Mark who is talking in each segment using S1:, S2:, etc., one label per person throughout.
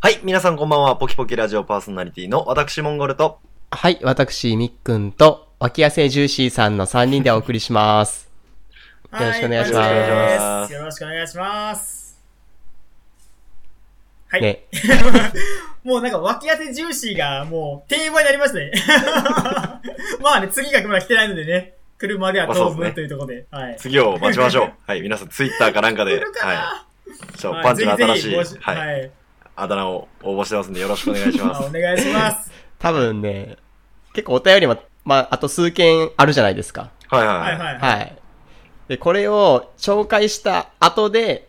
S1: はい、皆さんこんばんは。ポキポキラジオパーソナリティの私、モンゴルと。
S2: はい、私、みっくんと、脇汗ジューシーさんの3人でお送りし ます。よろしくお願いします
S3: よろしくお願いします。はい。
S2: ね。
S3: もうなんか脇汗ジューシーがもう定番になりましたね。 まあね、次がまだ来てないのでね、車では当
S1: まあそうですね
S3: 分というところで。はい。
S1: 次を待ちましょ う。はい、皆さんツイッターかなんかで、
S3: 来るかな
S1: はい。ちょ、
S3: はい
S1: パンチの新しい、
S3: ぜひぜひごし
S1: はい、
S3: はい。
S1: あだ名を応募してますんでよろしくお願いし
S3: ま
S1: ま
S3: あ お
S1: す。
S3: 願いします。
S2: 多分ね、結構お便りも、まあ、あと数件あるじゃないですか。
S1: はいは
S3: はいい
S1: はい。
S3: はい。
S2: はい。で、これを紹介した後で、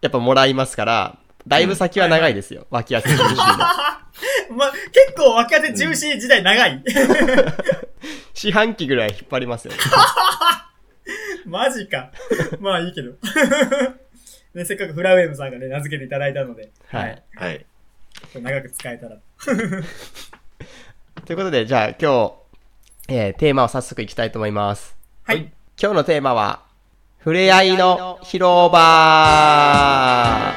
S2: やっぱもらいますから、だいぶ先は長いですよ。脇汗ジューシー の。
S3: まあ、結構若手ジューシー時代長い。
S2: 四半期ぐらい引っ張りますよ、ね。
S3: マジか。 まあいいけど。ね、せっかくフラウェムさんがね、名付けていただいたので、
S2: はい。
S1: はい。
S3: 長く使えたら。
S2: ということで、じゃあ今日、えーテーマを早速いきたいと思います。
S3: はい。
S2: 今日のテーマは、ふれあいの広場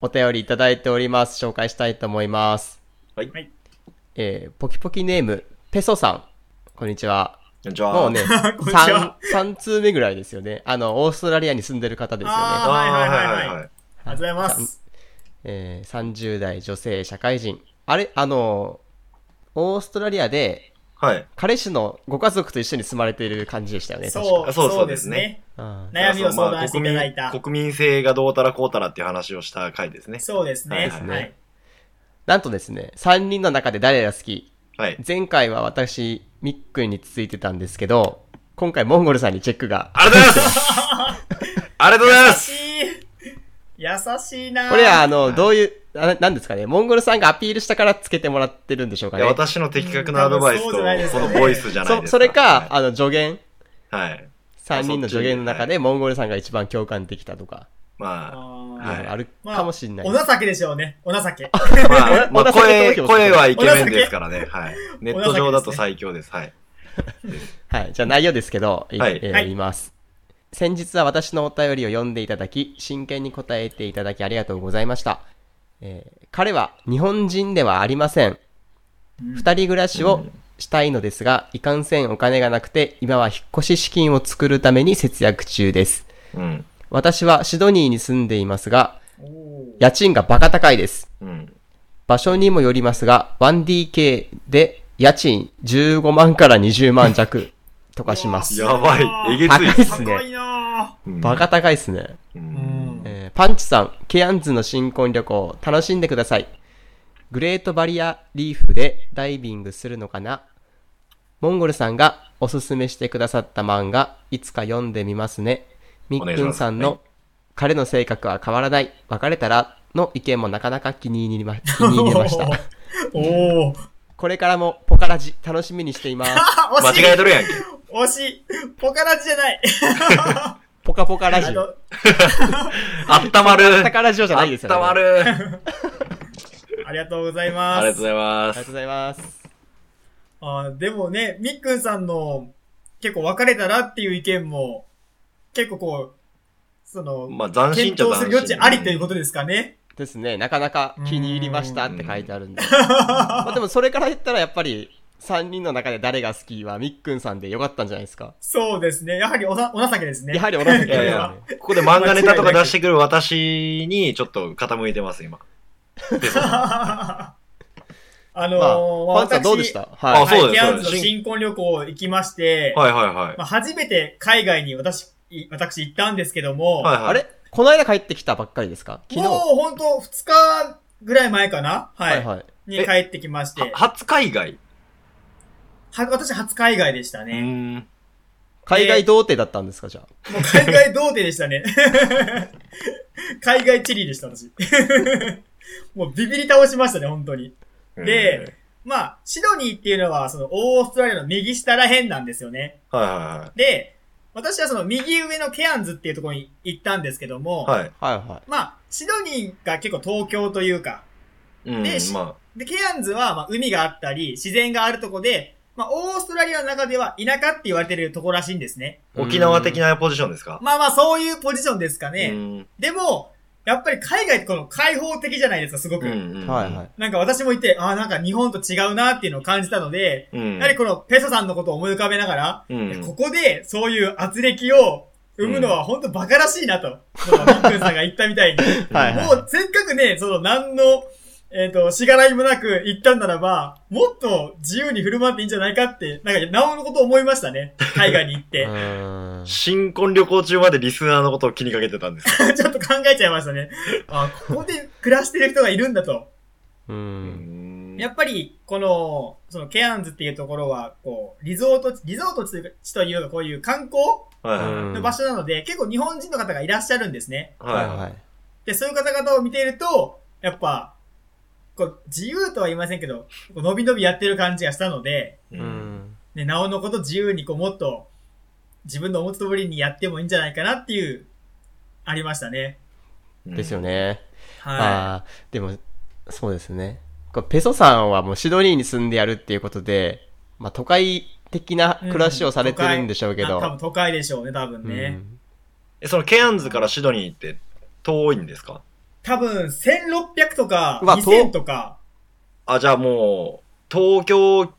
S2: お便りいただいております。紹介したいと思います。
S1: はい。
S3: はい
S2: えー、ポキポキネーム、ペソさん。こんにちは。
S1: こんにちは。
S2: もう ね、
S3: こんにちは
S2: 3、三通目ぐらいですよね。あの、オーストラリアに住んでる方ですよね。
S1: あー。
S3: はいはい
S1: は
S3: はいい
S1: は
S3: はいい
S1: はい。
S3: ありがとうございます。
S2: えー30代女性社会人。あれ、あの、オーストラリアで
S1: はい。
S2: 彼氏のご家族と一緒に住まれている感じでしたよね。確か
S3: そう、
S1: そう
S3: そうですね。
S2: うん
S3: 悩みを相談していただい
S1: まあ
S3: た。
S1: 国民国民性がどうたらこうたらっていう話をした回です ね。
S3: そうです
S1: はい
S3: ね。
S1: はい
S2: は
S3: はいい。
S2: なんとですね、3人の中で誰が好き
S1: はい。
S2: 前回は私、ミックンに続いてたんですけど、今回モンゴルさんにチェックが。
S1: ありがとうござい ますありがとうござい
S3: 優
S1: ます
S3: しい。優しいな
S2: これはあの、
S1: はい
S2: どういう、あなんですかね、モンゴルさんがアピールしたからつけてもらってるんでしょうか
S1: いや
S2: ね。
S1: 私の的確なアドバイス
S3: うん多分そうじゃないで
S1: と、
S3: す
S1: こ
S3: かね
S1: のボイスじゃないです
S2: そ
S1: か。
S2: それか、
S1: は
S2: あの助言、
S1: い。はい
S2: 3人の助言の中でモンゴルさんが一番共感できたとか、
S3: あ
S1: まあ、
S3: ー
S1: はい
S2: あるかもしれない
S3: お
S2: です。
S3: 情けでしょうね。お情け。
S1: まあ、まあ、
S2: お情
S1: 声、
S2: け届けを
S1: 声はイケメンですからね。はい。ネット上だと
S3: お情けですね
S1: 最強です。はい。
S2: はい。じゃあ内容ですけど、い
S1: はい
S2: えー
S3: はい
S2: 言います。先日は私のお便りを読んでいただき、真剣に答えていただきありがとうございました。えー彼は日本人ではありません。二、人暮らしをしたいのですが、いかんせんお金がなくて、今は引っ越し資金を作るために節約中です。
S1: うん。
S2: 私はシドニーに住んでいますが、
S3: おー
S2: 家賃がバカ高いです。
S1: うん。
S2: 場所にもよりますが、1DK で家賃15万から20万弱とかします。
S1: やばい。えげつ
S2: 高い
S1: い
S2: っ
S1: ですす。
S2: ね
S3: かっこいいな
S1: うん
S2: バカ高いっすね。
S1: う。
S3: うんん。
S2: えーパンチさん、ケアンズの新婚旅行、楽しんでください。グレートバリアリーフでダイビングするのかなモンゴルさんがおすすめしてくださった漫画、いつか読んでみますね。みっくんさん
S1: お願い
S2: の、彼の性格は変わらない、別れたらの意見もなかなか気に入 りま気に入りました。。
S3: おーおー。
S2: これからもポカラジ楽しみにしていま す。
S3: あ、
S1: 間
S3: 惜しい。
S1: 違えとるやんけ。
S3: 惜しい。ポカラジじゃない。
S2: ポカポカラ
S3: あ
S2: ジオ。
S3: の、
S1: あったまる。
S2: ポカラジオじゃないですよね。
S1: あったま
S2: あり
S1: る。
S3: ありがとうございます。
S1: ありがとうございま
S2: がとうご
S1: す。
S2: ざいます。
S3: あーでもね、みっくんさんの結構別れたらっていう意見も、結構こう、その、
S1: まあ、斬新っ
S3: 検
S1: ちゃ斬
S3: 討
S1: 新。
S3: する余地ありということですかね。
S2: ですね、なかなか気に入りましたって書いてあるんで。まあでもそれから言ったらやっぱり3人の中で誰が好きはみっくんさんでよかったんじゃないですか。
S3: そうですね。やはりおさお情けですね。
S2: やはり同じ
S1: い やいや、ここで漫画ネタとか出してくる私にちょっと傾いてます、今。
S3: あのー、
S2: まあ、
S3: ま
S2: パン
S3: あ
S2: さんどうでした
S1: あ
S2: はい。
S3: 私
S1: そうで
S3: はい、
S1: す
S3: ケアンズ
S1: そう
S3: の
S1: です
S3: 新婚旅行行きまして、
S1: はいはいはい。
S3: まあ、初めて海外に私、い私行ったんですけども、
S1: はいはい。
S2: あれこの間帰ってきたばっかりですか昨日。
S3: もうほんと2日ぐらい前かなは。
S2: はいいはい。
S3: に帰ってきまして、
S1: は初海外
S3: は私初海外でした
S1: う
S3: ね。
S1: ーん。
S2: 海外童貞だったんですかじゃあ。
S3: もう海外童貞でしたね。 海外チリでした、私。 もうビビり倒しましたね、本当に。で、まあ、シドニーっていうのは、その、オーストラリアの右下ら辺なんですよね。
S1: うんはいは
S3: で、私はその、右上のケアンズっていうところに行ったんですけども、
S1: いはい。はい。
S2: はいは
S3: まあ、シドニーが結構東京というか、
S1: うん
S3: でし
S1: ま
S3: で、ケアンズは、まあ、海があったり、自然があるとこで、まあ、オーストラリアの中では田舎って言われてるとこらしいんですね。
S1: 沖縄的なポジションですか
S3: まあまあ、そういうポジションですか
S1: う
S3: ね。
S1: ん
S3: でも、やっぱり海外ってこの開放的じゃないですか、すご
S1: う
S3: く。
S1: んうん。
S2: はいはい。
S3: なんか私もいて、ああ、なんか日本と違うなっていうのを感じたので、
S1: い。うん。
S3: やはりこのペソさんのことを思い浮かべながら、
S1: う
S3: いや
S1: ん。
S3: ここでそういう圧力を生むのは本当バカらしいなと、そのミックンさんが言ったみたいに。
S2: はいはい
S3: もうせっかくね、その何の、えっ、と、しがらいもなく行ったんならば、もっと自由に振る舞っていいんじゃないかって、なんか、なおのこと思いましたね。海外に行って。
S2: うん
S1: 新婚旅行中までリスナーのことを気にかけてたんです。
S3: ちょっと考えちゃいましたね。あ、ここで暮らしてる人がいるんだと。
S2: う。
S1: うんん
S3: やっぱり、この、その、ケアンズっていうところは、こう、リゾート地、リゾート地というか地というか、こういう観光
S1: はい
S2: うん
S1: は
S3: の場所なので、結構日本人の方がいらっしゃるんですね。
S1: い。はいはい。
S2: い。
S3: で、そういう方々を見ていると、やっぱ、こう、自由とは言いませんけど、こうのびのびやってる感じがしたので、
S1: う
S2: うんん。
S3: ね、なおのこと自由にこう、もっと、自分の思った通りにやってもいいんじゃないかなっていう、ありましたね。
S2: ですよね。
S3: は。
S2: ああ、でも、そうですね。こうペソさんはもうシドニーに住んでやるっていうことで、まあ都会的ない暮らしをされてるんでしょうけ
S3: あ多
S2: ど。
S3: 分都会でしょうね、多分
S2: う
S3: ね。
S2: ん
S1: え、そのケアンズからシドニーって遠いんですか
S3: 多分、1600とか、
S2: うわ遠っ
S3: 2000とか、
S1: あ、じゃあもう、東京、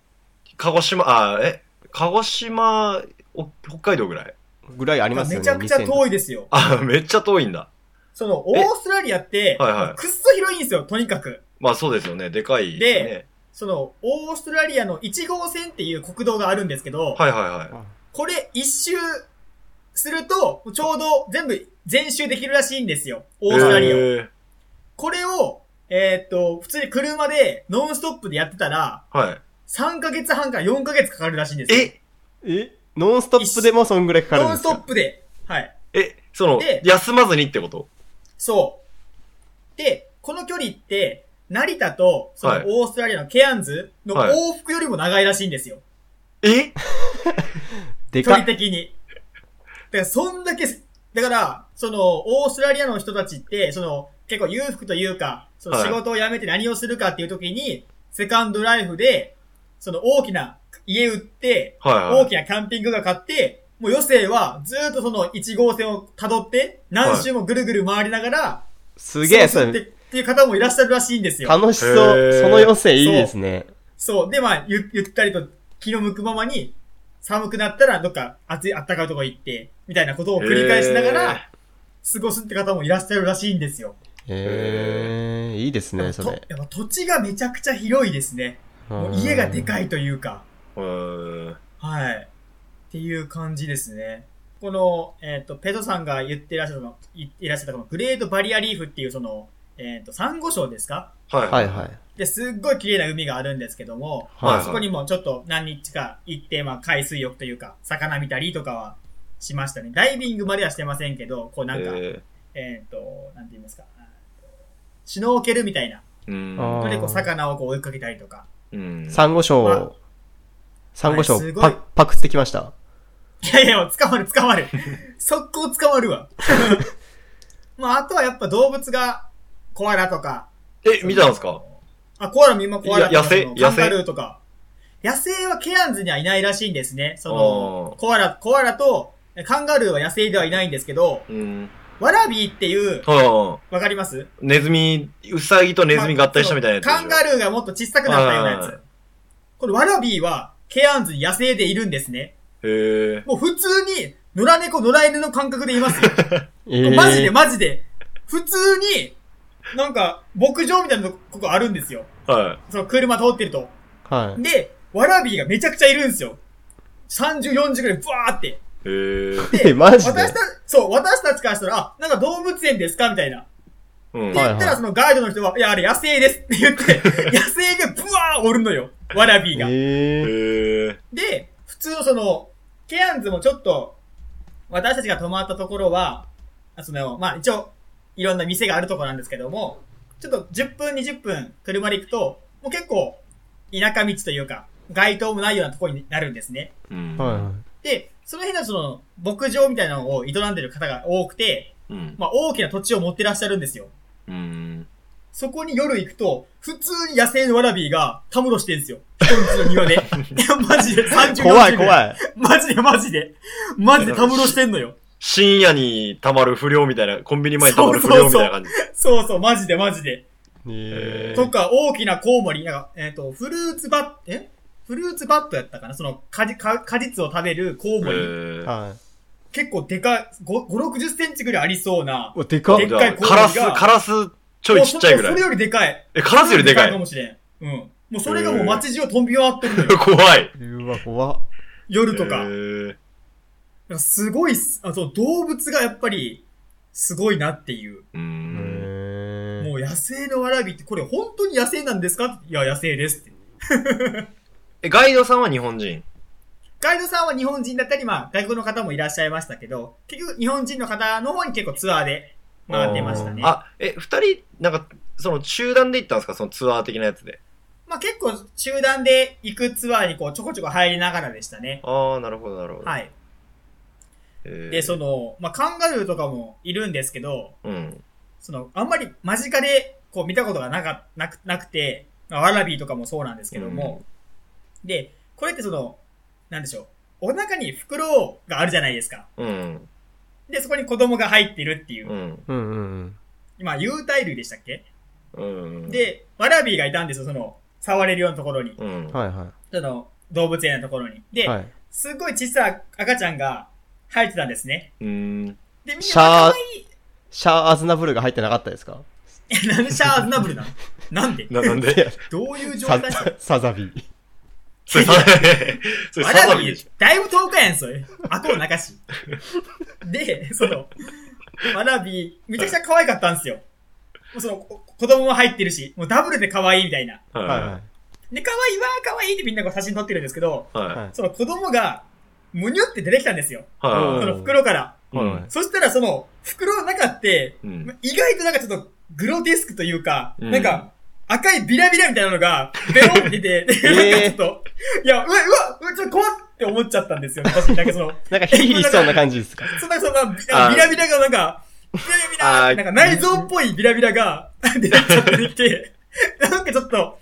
S1: 鹿児島、あ、え、鹿児島、お北海道ぐらい。
S2: ぐらいありますよね。
S3: めちゃくちゃ
S2: 2000
S3: 遠いですよ。
S1: あ、めっちゃ遠いんだ。
S3: その、オーストラリアって、
S1: はいはい
S3: くっそ広いんですよ、とにかく。
S1: まあそうですよね。でかいすね。
S3: その、オーストラリアの1号線っていう国道があるんですけ
S1: はい
S3: ど、
S1: はいは
S3: これ一周すると、ちょうど全部全周できるらしいんですよ。オ
S1: い。
S3: ーストラリアを。
S1: へー
S3: これを、えーっと、普通に車でノンストップでやってたら、
S1: はい。
S3: 3ヶ月半から4ヶ月かかるらしいんですよ。
S1: え、
S2: えノンストップでもそんぐらいかかるん
S3: ノ
S2: で
S3: ンス
S2: す
S3: ト
S2: か
S3: ップで。はい。
S1: え、その
S3: で、
S1: 休まずにってこと
S3: そう。で、この距離って、成田と、そ
S1: はい
S3: のオーストラリアのケアンズの
S1: はい
S3: 往復よりも長いらしいんですよ。
S1: え
S2: で
S3: 距
S2: か
S3: 離
S2: っ。
S3: 的に。だから、そんだけ、だから、その、オーストラリアの人たちって、その、結構裕福というか、その
S1: はい
S3: 仕事を辞めて何をするかっていう時に、セカンドライフで、その大きな家売って、
S1: はいはい
S3: 大きなキャンピングカー買って、もう余生はずーっとその1号線を辿って、何周もぐるぐる回りながら、
S2: すげえ、そ
S3: 過ごすっ
S2: れ
S3: てっていう方もいらっしゃるらしいんですよ。
S2: 楽しそ
S1: へ
S2: う。
S1: ー
S2: その余生いいですね。
S3: そう。で、まあ、ゆ、ゆったりと気の向くままに、寒くなったらどっか暑い、あったかいとこ行って、みたいなことを繰り返しながら、過ごすって方もいらっしゃるらしいんですよ。
S2: へえ、いいですね、そ
S3: と
S2: れ。
S3: やっぱ土地がめちゃくちゃ広いですね。もう家がでかいというか、
S1: へーう
S3: はい。っていう感じですね。この、えっ、と、ペドさんが言ってらっしゃったの、言ってらっしゃったこのグレートバリアリーフっていうその、えっ、と、サンゴ礁ですか
S1: ーん。はい
S2: は
S1: はいい。
S2: はい。
S3: で、すっごい綺麗な海があるんですけども、
S2: はい
S3: まあそこにもちょっと何日か行って、まあ、海水浴というか、魚見たりとかはしましたね。ダイビングまではしてませんけど、こうなんか、
S1: え
S3: えっ、と、なんて言いますか、あーシュノーケルみたいな、
S1: ーうん。
S2: あー
S3: それでこう魚をこう追いかけたりとか。
S1: うん。
S2: サンゴ礁
S3: まあ
S2: を、サンゴ礁
S3: はいすごい
S2: パパクってきました。
S3: いやいや、捕まる捕 まる。速攻捕まるわ。 まあ、あとはやっぱ動物が、コアラとか、
S1: え、見たんですか
S3: あ、コアラみんなコアラとか
S1: や野生
S3: そ
S1: 野
S3: の
S1: 生
S3: カンガルーとか。野生はケアンズにはいないらしいんですね。そ
S1: あ
S3: の、コアラ、コアラと、カンガルーは野生ではいないんですけど、
S1: うん。
S3: ワラビーっていう、
S1: はあ。
S3: わかります
S1: ネズミ、ウサギとネズミ合体したみたいなやつでしょ。
S3: カンガルーがもっと小さくなったようなや
S1: はい
S3: つ。このワラビーは、ケアンズに野生でいるんですね。
S1: へえ。
S3: もう普通に、野良猫、野良犬の感覚でい ますよ。
S2: えー
S3: マジでマジで。普通に、なんか、牧場みたいなとここあるんですよ。
S1: は
S3: その車通ってると。
S2: はい。
S3: で、わらびがめちゃくちゃいるんですよ。30、40ぐらい、ブワーって。
S1: い。へえ。
S2: え、 マジ
S3: 私
S2: で
S3: た、そう、私たちからしたら、あ、なんか動物園ですかみたいな。
S1: うん。
S3: で、
S2: はい
S3: 言ったらそのガイドの人は、いや、あれ野生ですって言 って、野生がブワーおるのよ。わらびが。
S2: え
S1: へ
S2: ー
S1: え。
S3: で、普通のその、ケアンズもちょっと、私たちが泊まったところは、あその、まあ一応、いろんな店があるところなんですけども、ちょっと10分、20分車で行くと、もう結構、田舎道というか、街灯もないようなところになるんですね。
S1: うん。
S2: はいは
S3: で、その辺のその、牧場みたいなのを営んでる方が多くて、
S1: い。うん。
S3: まあ大きな土地を持ってらっしゃるんですよ。
S1: うん。
S3: そこに夜行くと、普通に野生のワラビーがたむろしてんすよ。人んちの 庭で。いや、マジで30
S2: 怖い
S3: い。
S2: 怖い。
S3: マジでマジで。マジでたむろしてんのよ。
S1: 深夜に溜まる不良みたいな、コンビニ前に溜まる不良みたいな感じ。
S3: そうそう、マジでマジで。
S2: え
S1: え
S3: とか、大きなコウモリ、なんか、えっ、と、フルーツバット、えフルーツバットやったかなその果実、か果実を食べるコウモリ。
S1: えー
S2: は
S3: 結構でかい、5、5 60センチぐらいありそうな。
S2: い。お、でかっ
S3: でっかいコウモリが
S1: カラス、カラスちょいちっちゃいぐら
S3: もうそれ
S1: い。
S3: よりでかい。
S1: え、カラスよりでか
S3: か
S1: い。
S3: もしれん。うん。もうそれがもう街中を飛び回ってるの よ。
S1: 怖い。
S2: うわ、怖っ。
S3: 夜とか。
S1: えー
S3: なんかすごいっす、あと動物がやっぱり、すごいなっていう。
S1: うーん。
S2: へ
S3: もう野生のわらびって、これ本当に野生なんですかいや、野生ですって。
S1: え、ガイドさんは日本人。
S3: ガイドさんは日本人だったり、まあ、外国の方もいらっしゃいましたけど、結局日本人の方の方に結構ツアーで回ってましたね。
S1: あ、え、二人、なんか、その集団で行ったんですかそのツアー的なやつで。
S3: まあ結構集団で行くツアーにこうちょこちょこ入りながらでしたね。
S1: ああ、なるほど、なるほど。
S3: はい。
S1: えー
S3: で、その、まあカンガルーとかもいるんですけど、
S1: うん。
S3: その、あんまり間近でこう見たことがなか、なく、なくて、まあワラビーとかもそうなんですけども、で、これってその、なんでしょう。お腹に袋があるじゃないですか。
S1: うん。
S3: で、そこに子供が入ってるっていう
S1: う。ん。
S2: うんうん
S3: 今、有袋類でしたっけ、
S1: うん。、
S3: で、ワラビーがいたんですよ、その、触れるようなところに。
S1: うん。
S2: うん。はいは
S3: その、動物園のところに。で、
S2: い。はい。
S3: すごい小さい赤ちゃんが入ってたんですね。
S1: うーん。
S3: で、みん
S2: シ
S3: な
S2: ャー
S3: 可愛い。
S2: シャア・アズナブルが入ってなかったですか
S3: え、 なんでシャアアズナブルなのなんで
S1: な、なんで
S3: どういう状
S2: サ
S3: 態し
S2: サザビー。
S1: それ、それ、 それ、
S3: わ
S1: サ
S3: ら
S1: ザ
S3: び
S1: ビー
S3: で
S1: でしょ。
S3: だいぶ遠くやん、それ。あこう中し。で、その、わらび、めちゃくちゃ可愛かったんですよ。もうその、こ子供も入ってるし、もうダブルで可愛いみたいな。
S1: はい
S2: はいは。
S1: はい
S3: で、可愛いわー、可愛いってみんなこう写真撮ってるんですけど、
S1: い。はい。
S2: はい
S3: その子供が、むにゅって出てきたんですよ。
S2: う
S1: は
S2: ん
S1: い
S3: その袋から。
S1: はい。
S2: はい
S3: そしたらその、袋の中って、
S1: うん
S3: 意外となんかちょっとグロテスクというか、
S1: うん
S3: なんか、赤いビラビラみたいなのが、ベロっ て出て、 でなんかちょっと、いや、うわ、うわ、うわちょっと怖っって思っちゃったんですよ、私。なんかその、
S2: なんかヒリヒリしそうな感じですか
S3: そんな、そんな、ビラビラビラがなんか、ビラ
S1: あ
S3: ビ
S1: ー
S3: ラビラ、なんか内臓っぽいビラビラが出てきちゃってて、 なんかちょっと、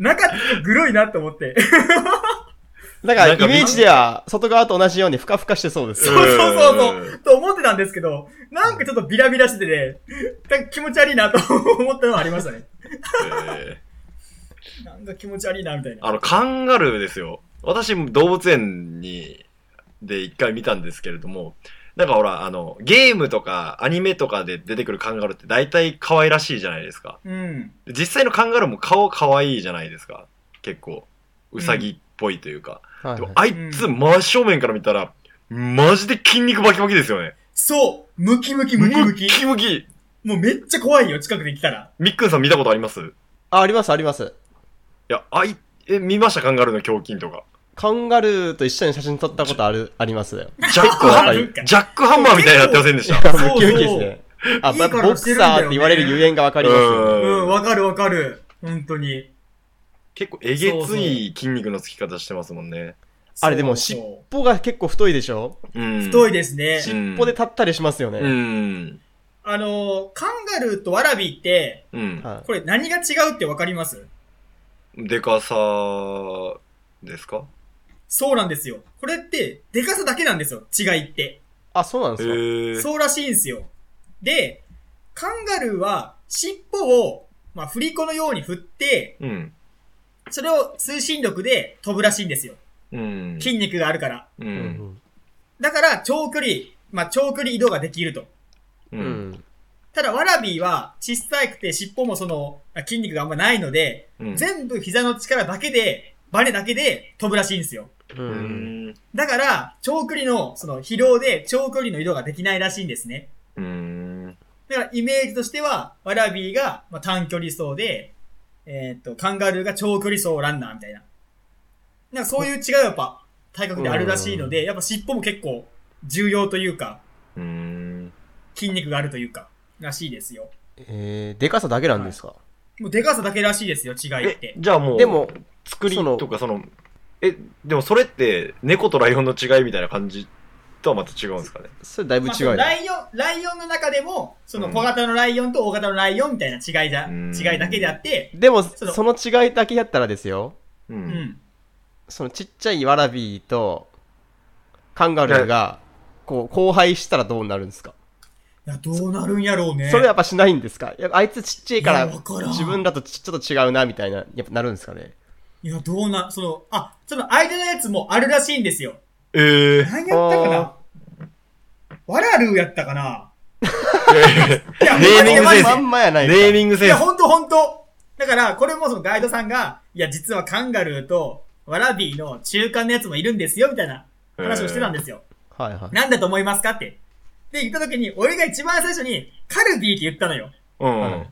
S3: 中ってグロいなと思って。
S2: なんかイメージでは外側と同じようにふかふかしてそうです
S3: そう
S2: よ。
S1: ん
S3: うそうそうそう。と思ってたんですけど、なんかちょっとビラビラしてて、なんか気持ち悪いなと思ったのはありましたね。
S1: えー
S3: なんか気持ち悪いな、みたいな。
S1: あの、カンガルーですよ。私、動物園に、で一回見たんですけれども、なんかほら、あの、ゲームとかアニメとかで出てくるカンガルーって大体可愛らしいじゃないですか。
S3: うん。
S1: 実際のカンガルーも顔可愛いじゃないですか。結構、ウサギっぽいというか。
S2: はい
S1: でも
S2: は
S1: あいつ真正面から見たら、マジで筋肉バキバキですよね。
S3: そうムキムキムキムキ
S1: ム。キムキ。
S3: もうめっちゃ怖いよ、近くで来たら。
S1: みっくんさん見たことありますい
S2: あ、ありますあります。
S1: や、あい、え、見ましたカンガルーの胸筋とか。
S2: カンガルーと一緒に写真撮ったことある、ありますよ。
S1: ジャックハ
S2: あ
S1: ンマー、ジャックハンマーみたいになってませんで した。
S2: ム
S3: うそう
S2: キムキですね。あ、
S3: いい
S2: ま
S3: か
S2: あ
S3: ら
S2: ボクサーって言われるゆえんがわかりますよね。
S3: う
S1: う
S3: ん、
S1: ん
S3: わかるわかる。本当に。
S1: 結構えげつい筋肉のつき方してますもんね。
S2: あれでも
S3: そう
S2: 尻
S3: そう
S2: 尾が結構太いでしょ
S1: うん。
S3: 太いですね。
S1: うん
S2: 尻尾で立ったりしますよ
S1: う
S2: ね。
S1: ん。
S3: あのー、カンガルーとワラビーって、
S1: うん。
S2: は
S3: これ何が違うってわかります
S1: でかさですか
S3: そうなんですよ。これって、でかさだけなんですよ。違いっ
S2: い
S3: て。
S2: あ、そうなんで
S1: へ
S2: すか
S1: ー
S3: そうらしいんですよ。で、カンガルーは、尻尾を、まあ、振り子のように振って、
S1: うん。
S3: それを推進力で飛ぶらしいんですよ。
S1: うん。
S3: 筋肉があるから。
S1: う。
S2: うんん
S3: だから、長距離、まあ、長距離移動ができると。
S1: う。
S2: うんん。
S3: ただ、ワラビーは、小さくて尻尾もその、まあ筋肉があんまないので、
S1: うん。
S3: 全部膝の力だけで、バネだけで飛ぶらしいんですよ。
S2: う。
S1: うんん。
S3: だから、長距離の、その、疲労で長距離の移動ができないらしいんですね。
S1: うん。
S3: だから、イメージとしては、ワラビーが、まあ、短距離走で、えーっと、カンガルーが長距離走ランナーみたいな。なんかそういう違いはやっぱ、体格であるらしいので、やっぱ尻尾も結構、重要というか、
S1: うん。
S3: 筋肉があるというか、らしいですよ。
S2: えー、でかさだけなんですか
S3: もうでかさだけらしいですよ、違いっ
S1: え
S3: て、。
S1: じゃあもう、
S2: でも、
S1: 作り
S2: その
S1: とかその、え、でもそれって、猫とライオンの違いみたいな感じとはまた違うんですかね。
S2: それだいぶ
S3: まあ
S2: 違
S3: そうの
S2: よ
S3: ライオン、ライオンの中でも、その小型のライオンと大型のライオンみたいな違いだ、
S1: うん
S3: 違いだけであって、
S2: でも、
S3: その
S2: その違いだけやったらですよ、
S1: う。
S3: うんん。
S2: そのちっちゃいワラビーとカンガルーが、こう、交配したらどうなるんですか
S3: いや、どうなるんやろうね。
S2: それやっぱしないんですかやっぱあいつちっちゃいか
S3: い
S2: ら
S3: やわからん
S2: 自分だとちちょっと違うなみたいなやっぱなるんですかね
S3: いや、どうな、その、あ、その間のやつもあるらしいんですよ。
S1: ええー。
S3: 何やったか
S2: あ
S3: なワラルーやったかないや
S1: ネーミングセン
S2: ま
S1: ス。
S2: んまやない
S1: ネ
S2: ですか
S1: ーミング
S3: い
S1: セン
S3: や、
S1: ス。
S3: ほんとほんと。だから、これもそのガイドさんが、いや、実はカンガルーとワラビーの中間のやつもいるんですよ、みたいな話をしてたんですよ。
S2: はいはい
S3: なんだと思いますかって。で、言った時に、俺が一番最初に、カルビーって言ったのよ。
S1: うん。
S2: はい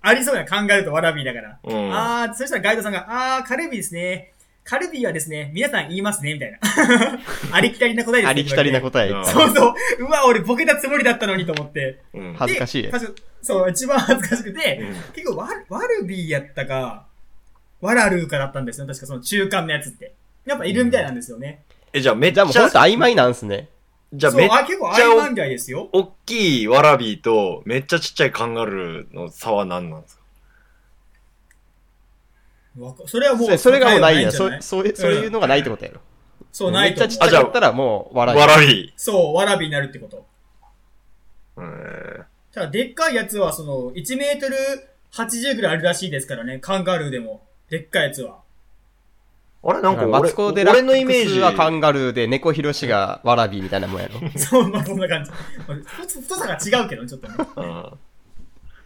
S3: ありそうなカンガルーとワラビーだから。
S1: うん
S3: あー、そしたらガイドさんが、あー、カルビーですね。カルビーはですね、皆さん言いますね、みたいな。 ありきたりな答えですね。
S2: ありきたりな答え
S1: うん
S3: そうそう。うわ、俺ボケたつもりだったのにと思って。
S1: うん。
S2: 恥ずかしい
S3: で確かそう、一番恥ずかしくて、
S1: うん
S3: 結構ワル、ワルビーやったか、ワラルーかだったんですよ。確かその中間のやつって。やっぱいるみたいなんですよね。
S1: え、じゃあめっち
S2: じゃ
S1: ゃ、
S2: あもうほんと曖昧なんすね
S1: じゃあ
S3: そう
S1: めっ、
S3: あ、結構曖昧みたいですよ。
S1: おっきいワラビーとめっちゃちっちゃいカンガルーの差は何なんですか
S3: わかそれはも、
S2: そうそれがもうないや
S3: ん
S2: ん
S3: じゃ
S2: そ
S3: ないう
S2: そういうそういうのがないってことやろ
S3: そう、な
S2: め
S3: い
S2: っ
S3: と
S2: ち
S3: 思
S2: ゃ
S3: う
S2: ちっちゃかったらもう笑い
S1: ワラビ
S3: そう、ワラビーになるってこと。
S1: ー。うん
S3: ただ、でっかいやつは、その、1メートル80ぐらいあるらしいですからね。カンガルーでも。でっかいやつは。
S1: あれなんか
S2: マ
S1: 俺
S2: ツコ・デラ
S1: 俺のイ
S2: ック
S1: メー
S2: ス
S1: ジ。
S2: はカンガルーで猫ひろしがワラビーみたいなもんやろ
S3: そう、まあ、そんな感じ。まあ太太さが違うけどね、ちょっとね。
S1: うん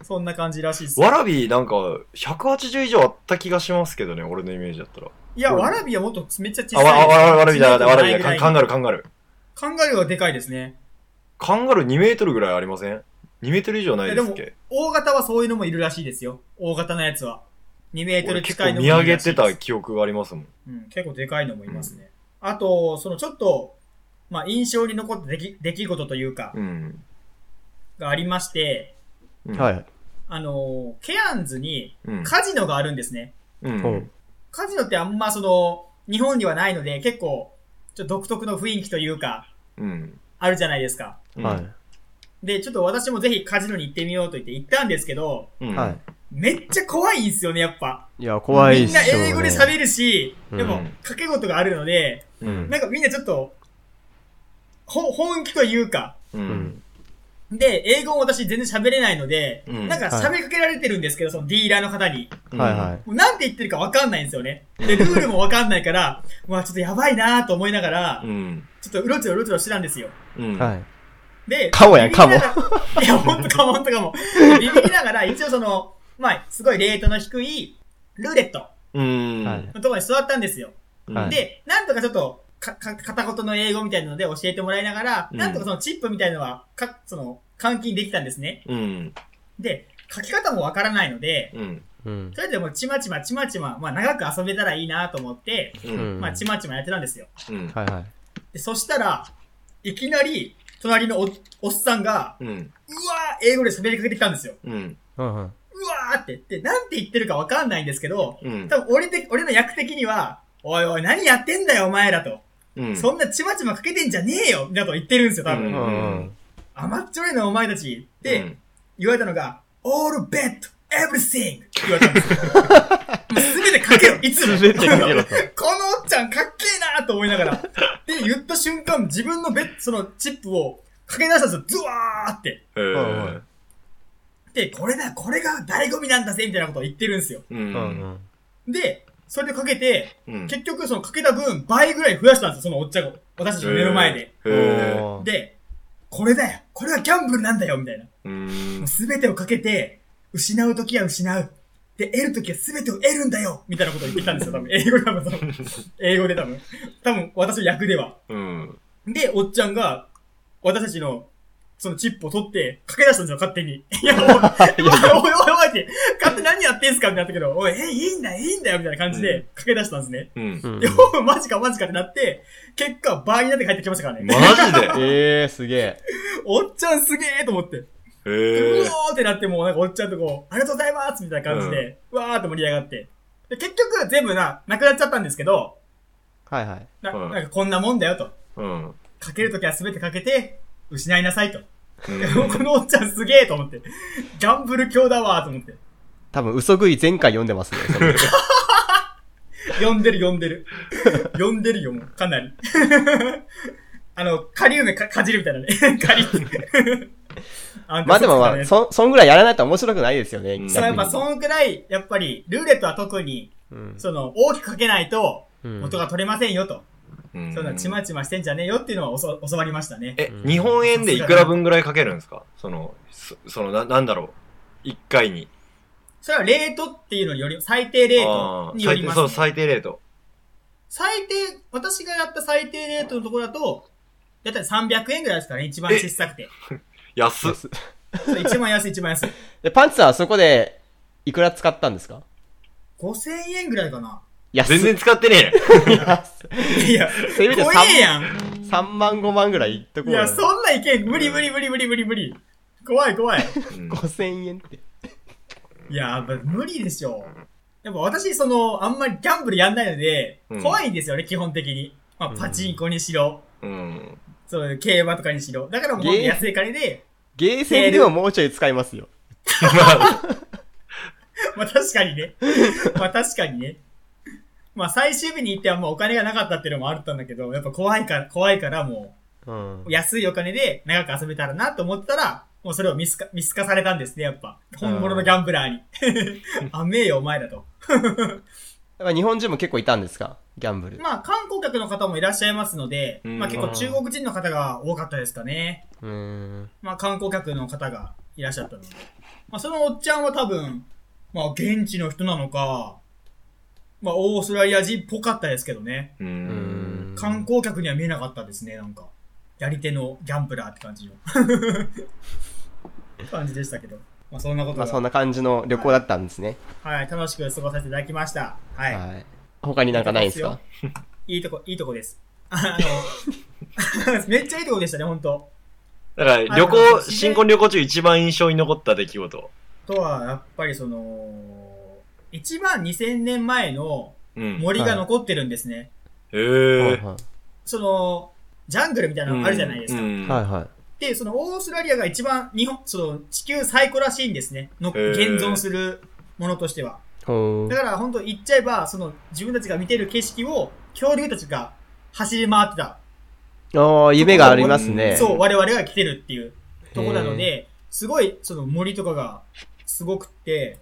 S3: そんな感じらしいです。
S1: ワラビーなんか180以上あった気がしますけどね、俺のイメージだったら。
S3: いや、ワラビはもっとめっちゃ小
S1: あ、
S3: さ
S1: わ
S3: い。
S1: わわワラビーだ、ワラビーだ、カンカンガ
S3: ルー。
S1: ルー、カンガルー。
S3: カンガルーはでかいですね。
S1: カンガルー2メートルぐらいありません ?2 メートル以上ないですっ
S3: いや
S1: け
S3: 大型はそういうのもいるらしいですよ。大型のやつは。2メート
S1: 俺
S3: ル
S1: 結
S3: 近い
S1: 構
S3: の
S1: 見
S3: もいる
S1: 上
S3: らしい
S1: げ
S3: です
S1: てた記憶がありますもん。
S3: うん、結構でかいのもいますね。あと、そのちょっと、まあ、印象に残った出来出来事というか
S1: う、ん。
S3: がありまして、
S1: うん
S2: はい
S3: あのーケアンズに
S1: うん。
S3: カジノがあるんですね。
S1: うん
S2: うん
S3: カジノってあんまその、日本にはないので、結構、ちょっと独特の雰囲気というか、
S1: うん。
S3: あるじゃないですか。
S1: うん
S2: はい
S3: で、ちょっと私もぜひカジノに行ってみようと言って行ったんですけど、
S1: うん
S2: はい
S3: めっちゃ怖いんですよね、やっぱ。
S2: いや怖いっ
S3: みん
S2: しょ
S3: な
S2: うね
S3: 英語で喋るし、
S2: うん
S3: でも、掛け事があるので、
S1: うん。
S3: なんかみんなちょっと、ほ、本気というか、
S1: うん。
S3: で、英語も私全然喋れないので、
S1: うん
S3: なんか喋りかけられてるんですけど、そのディーラーの方に。
S2: はいはい
S3: もうなんて言ってるかわかんないんですよね。で、ルールもわかんないから、まあちょっとやばいなぁと思いながら
S1: う、ん。
S3: ちょっとうろちょろうろちょろしてたんですよ。
S1: うん。。
S2: はいい
S3: で、
S2: かもや
S3: ビビりなが らいや、ほんとかもほんとかも。ビビりながら、一応その、まあ、すごいレートの低いルーレット
S1: うん。
S2: はい
S3: のところに座ったんですよ。
S1: うん
S3: で、なんとかちょっと、か、か、片言の英語みたいなので教えてもらいながら、
S1: うん
S3: なんとかそのチップみたいなのは、か、その、換金できたんですね。
S1: うん。
S3: で、書き方もわからないので、
S1: うん。
S2: うん
S3: それでもうちまちまちまちま、まあ長く遊べたらいいなと思って、
S1: う。
S2: うんん
S3: まあちまちまやってたんですよ。
S1: うん。
S2: はいはい
S3: で、そしたら、いきなり、隣のお、おっさんが、
S1: うん。
S3: うわー英語で喋りかけてきたんですよ。
S1: うん。
S2: うんうん
S3: うわーって言って、なんて言ってるかわかんないんですけど、
S1: うん。
S3: 多分俺的、俺の役的には、おいおい、何やってんだよ、お前らと。
S1: うん。
S3: そんなちまちまかけてんじゃねえよだと言ってるんですよ、多
S1: う
S3: 分。
S1: ん
S3: 甘っちょろいな、お前たち。って、言われたのが、all bet, everything! って言われたんですよ。すべて かけろいつも
S2: 全てかけろと
S3: このおっちゃんかっけえなと思いながら。で、言った瞬間、自分のベッ、そのチップをかけ出したんですよ、ズワーって。
S1: うん。うん。
S3: で、これだ、これが醍醐味なんだぜ、みたいなことを言ってるんですよ。
S1: う。
S2: うんん
S3: で、それでかけて、
S1: うん。
S3: 結局そのかけた分倍ぐらい増やしたんですよ、そのおっちゃんが。私たちの目の前で。
S1: へ
S2: うん
S1: ー。
S2: おー
S3: で、これだよこれはギャンブルなんだよみたいな。
S1: う
S3: も
S1: ん
S3: う。すべてをかけて、失うときは失う。で、得るときはすべてを得るんだよみたいなことを言ってたんですよ、多分。英語で多分、その英語で多分。多分、私の役では。
S1: うん。
S3: で、おっちゃんが、私たちの、そのチップを取って、駆け出したんですよ、勝手に。いや、おい、おい、おい、おい、って、勝手に何やってんすかみたいになったけど、おい、え、いいんだよ、いいんだよ、みたいな感じで、駆け出したんですね。
S1: うん。
S2: うん
S3: で、おいマジか、マジかってなって、結果、倍になって帰ってきましたからね。
S1: マジで
S2: ええすげえ
S3: おっちゃんすげえと思って。
S1: へ
S3: う
S1: え。
S3: おーってなって、もうなんかおっちゃんとこう、ありがとうございますみたいな感じで、わーって盛り上がって。で、結局全部な、なくなっちゃったんですけど、
S2: はいはい
S3: な
S1: うん
S3: なんかこんなもんだよと。
S1: うん。
S3: かけるときは全てかけて、失いなさいと。
S1: うん
S3: このおっちゃんすげえと思って。ギャンブル教だわと思って。
S2: 多分、嘘食い前回読んでますね。その
S3: 呼んでる呼ん でる。呼んでるよ、もう。かなり。 あの、カリウムかかじるみたいなね。 カリ ウム。あん
S2: まあで
S3: た
S2: もまあ、
S3: そ
S2: そ、そんぐらいやらないと面白くないですよね。
S1: うん
S3: うやっぱそんくらい、やっぱり、ルーレットは特に、
S2: うん。
S3: その、大きくかけないと、
S2: うん
S3: 元が取れませんよと。
S1: うん
S3: そんな、ちまちましてんじゃねえよっていうのは教教わりましたね。
S1: え
S2: うん、
S1: 日本円でいくら分ぐらいかけるんですかその、そそのな、なんだろう。一回に。
S3: それはレートっていうのにより、最低レー
S1: あ
S3: ト
S1: ー
S3: によ
S1: 最
S3: り
S1: 低
S3: ます、
S1: そ
S3: ね
S1: う、。最低レート。
S3: 最低、私がやった最低レートのところだと、だったら300円ぐらいですからね、一番小さくて。
S1: 安っ。
S2: 安
S3: そう一番安い、一番安い。
S2: で、パンツさんはそこで、いくら使ったんですか
S3: 5000円ぐらいかな。
S2: 安
S1: 全然使ってね
S2: 安
S3: いや、
S2: そういう意味では
S3: 怖えやん。
S2: 3万5万ぐらいいっとこ
S3: いう
S2: よ
S3: や、そんな意見、無理無理無理無理無理無理。怖い怖い。
S1: え。うん
S2: 5000円って。
S3: いや、やっぱ無理でしょ。やっぱ私、その、あんまりギャンブルやんないので
S1: う、ん
S3: 怖いんですよね、基本的に。まあ、パチンコにしろ、
S1: うん。
S3: そういう競馬とかにしろ。だからもう、
S2: ゲー
S3: 安い金で、
S2: ゲーセンでももうちょい使いますよ。
S1: まあ、
S3: まあ確かにね。まあ確かにね。まあ最終日に行ってはもうお金がなかったっていうのもあったんだけど、やっぱ怖いから、怖いからも
S2: うん
S3: う、。安いお金で長く遊べたらなと思ってたら、もうそれを見透か、見透かされたんですね、やっぱ。本物のギャンブラーに。あめえよ、お前だと。
S2: やっぱ日本人も結構いたんですかギャンブル。
S3: まあ観光客の方もいらっしゃいますので、
S1: うん
S3: まあ結構中国人の方が多かったですかね。
S2: うーん。
S3: まあ観光客の方がいらっしゃったので。まあそのおっちゃんは多分、まあ現地の人なのか、まあオーストラリア人っぽかったですけどね。
S1: う。
S2: うんん
S3: 観光客には見えなかったですね、なんか。やり手のギャンブラーって感 じの。感じでしたけど。まあそんなこと
S2: まあ
S3: が、
S2: そんな感じの旅行だったんですね。
S3: はい、楽しく過ごさせていただきました。はい。
S2: はい。他になんかないですか
S3: い、いとこ、いいとこです。あの、 めっちゃいいとこでしたね、ほんと。
S1: だから、旅
S3: あの
S1: 行、新婚旅行中一番印象に残った出来事。
S3: とは、やっぱりその、1万2000年前の
S1: うん。
S3: 森が残ってるんですね。
S1: え
S2: はい
S1: ー。
S2: は
S3: その、ジャングルみたいなのあるじゃないですか。
S2: い。はい
S1: か。
S2: はい。
S3: で、そのオーストラリアが一番日本、その地球最古らしいんですね。の、現
S1: へー
S3: 存するものとしては。
S2: ほ
S3: だ
S2: ー
S3: から本当言っちゃえば、その自分たちが見てる景色を恐竜たちが走り回ってた。
S2: ああ、夢がありますね。
S3: そう、我々が来てるっていうとこなので、すごいその森とかがすごくって、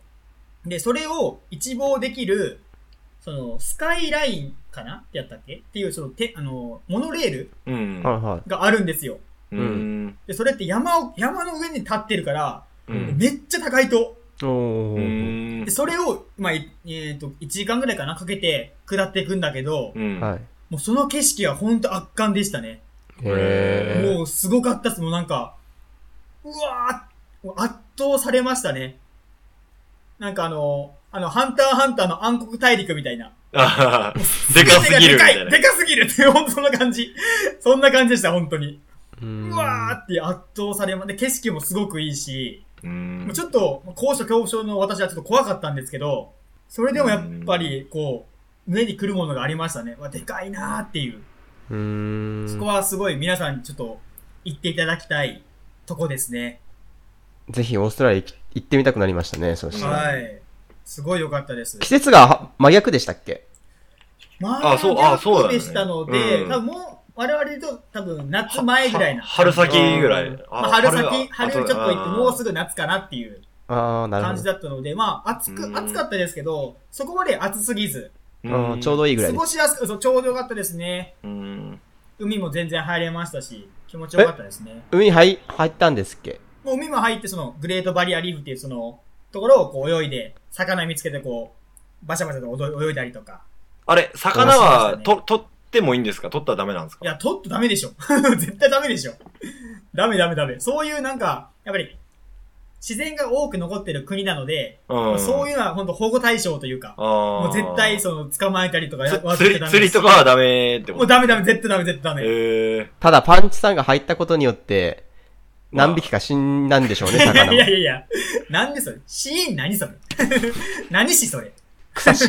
S3: で、それを一望できる、そのスカイラインかなってやったっけっていう、そのて、あの、モノレール
S1: うん。
S2: はいは
S3: があるんですよ。
S1: うんん。
S3: で、それって山を、山の上に立ってるから、
S1: うん。
S3: めっちゃ高いと。
S2: い。お
S1: う
S2: ー。
S1: ん
S3: で、。それを、まあ、いえっ、と、1時間ぐらいかな、かけて下っていくんだけど、
S1: うん
S2: はい。
S3: もうその景色はほんと圧巻でしたね。
S1: え
S2: へ
S3: もうすごかったっす、もうなんか、うわーもう圧倒されましたね。なんかあの、あの、ハンターハンターの暗黒大陸みたいな。
S1: あーでかすぎるみたい
S3: でか
S1: な。
S3: いでかすぎるって、ほんとそんな感じ。そんな感じでした、本当に。
S2: ー。
S3: う
S2: う
S3: わー
S2: ーん
S3: って圧倒されま、で、景色もすごくいいし、
S1: うん
S3: もうちょっと、高所恐怖症の私はちょっと怖かったんですけど、それでもやっぱり、こう、胸に来るものがありましたね。うわ、でかいなーっていう。
S2: うーん。
S3: そこはすごい皆さんにちょっと行っていただきたいとこですね。
S2: ぜひオーストラリア行き行ってみたくなりましたね、そしたら。
S3: はい。すごい良かったです
S2: 季。節がは真逆でしたっけ
S3: ま
S1: あそうあそうだね
S3: でしたので、
S1: うん
S3: 多分もう、我々で言うと多分夏前ぐらいな。
S1: は春先ぐらい。
S3: まあ
S1: あ
S3: 春先、春
S1: あ
S3: ちょっと行って、もうす
S1: ぐ。
S3: ぐ夏かなっていう
S2: ああ、なるほ
S3: 感
S2: ど
S3: じ。だったので、まあ、暑く
S1: う、ん
S3: 暑かったですけど、そこまで暑すぎず、
S2: あーちょうどいいぐら
S3: 過
S2: いで
S3: ごしやすく、そうちょうど良かったですね。
S1: ど。うん
S3: 海も全然入れましたし、気持ちよかったですね。
S2: 海入入ったんですっけ
S3: もう海も入って、その、グレートバリアリーフっていう、その、ところをこう泳いで、魚見つけてこう、バシャバシャと泳い泳いだりとか。
S1: あれ、魚
S3: あそう
S1: は、
S3: でした
S1: と、取ってもいいんですか取ったらダメなんです
S3: い
S1: か
S3: や、取っとダメでしょ。 絶対ダメでしょ。ダメダメダメ。そういうなんか、やっぱり、自然が多く残ってる国なので、
S1: うん。
S3: そう
S1: いう、
S3: いうのは本当保護対象というか、
S1: も
S3: もう絶対その、捕まえたりとかや
S1: つ
S3: わ
S1: 釣
S3: っちゃ
S1: り、
S3: ダメ
S1: 釣りとかはダメって
S3: も
S1: こ
S3: う
S1: と
S3: ダメダメ、絶対ダメ、絶対ダメ。
S1: ええ。
S2: ただパンチさんが入ったことによって、
S1: まあ
S2: 何匹か死んだんでしょうね、
S3: いや
S2: 魚
S3: いやい
S2: は。
S3: やいや、なんでそれシーン何それ何しそれ
S2: 草し。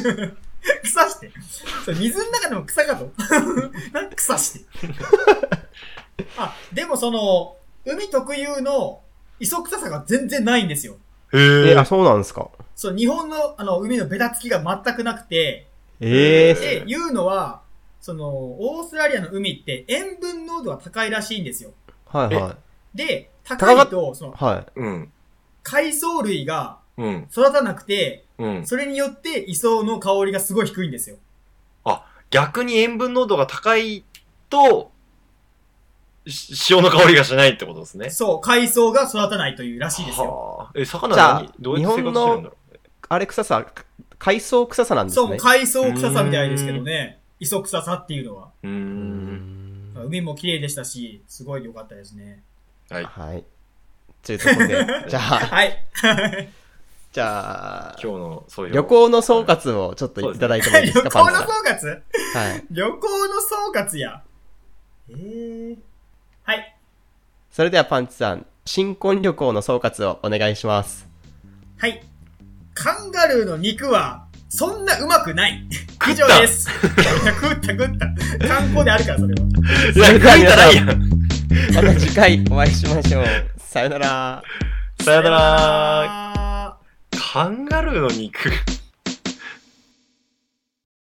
S3: 草して。それ水の中でも草かと。 なんか草 して。あ、でもその、海特有の磯臭さが全然ないんですよ。
S1: へ
S2: え、
S1: え
S2: あ、。そうなんですか。
S3: そう、日本のあの海のベタつきが全くなくて、
S2: ええ
S3: で、言うのは、その、オーストラリアの海って塩分濃度が高いらしいんですよ。
S2: はいはい。
S3: で、高いと、その、
S2: は
S1: うん。
S3: 海藻類が
S1: うん。
S3: 育たなくて、
S1: うん。
S3: それによって磯の香りがすごい低いんですよ。
S1: 逆に塩分濃度が高いと、し塩の香りがしないってことですね。
S3: そう、海藻が育たないというらしいですよ。
S1: はあえ、魚
S2: じゃあ
S1: 何どうやって生活してるんだろ
S2: い。あれ臭さ、海藻臭さなんです
S3: そう、も
S2: ね。
S3: う海藻臭さみたいですけどね。磯臭さっていうのは。
S1: う。うー。
S2: うんん
S3: 海も綺麗でしたし、すごい良かったですね。
S1: はい。
S2: はい。というところ で、じゃあ、
S3: はい。
S2: じゃあ、
S1: 今日のそういう。
S2: 旅行の総括をちょっといただいてもいいで
S3: 旅行
S2: す
S3: の
S2: か、
S3: 総
S2: パンさん。
S3: 括
S2: はい。
S3: 旅行の総括や。えー。はい。
S2: それではパンチさん、新婚旅行の総括をお願いします。
S3: はい。カンガルーの肉は、そんなうまくない。以上です。いや食った食った。観光であるから、それは。
S1: いや、
S2: そ
S1: 食
S2: れ
S1: い
S2: では
S1: た
S2: 皆
S1: な
S2: さん
S1: いやん。
S2: また次回お会いしましょう。さよなら。
S1: さよなら。
S3: あー。
S1: カンガルーの肉。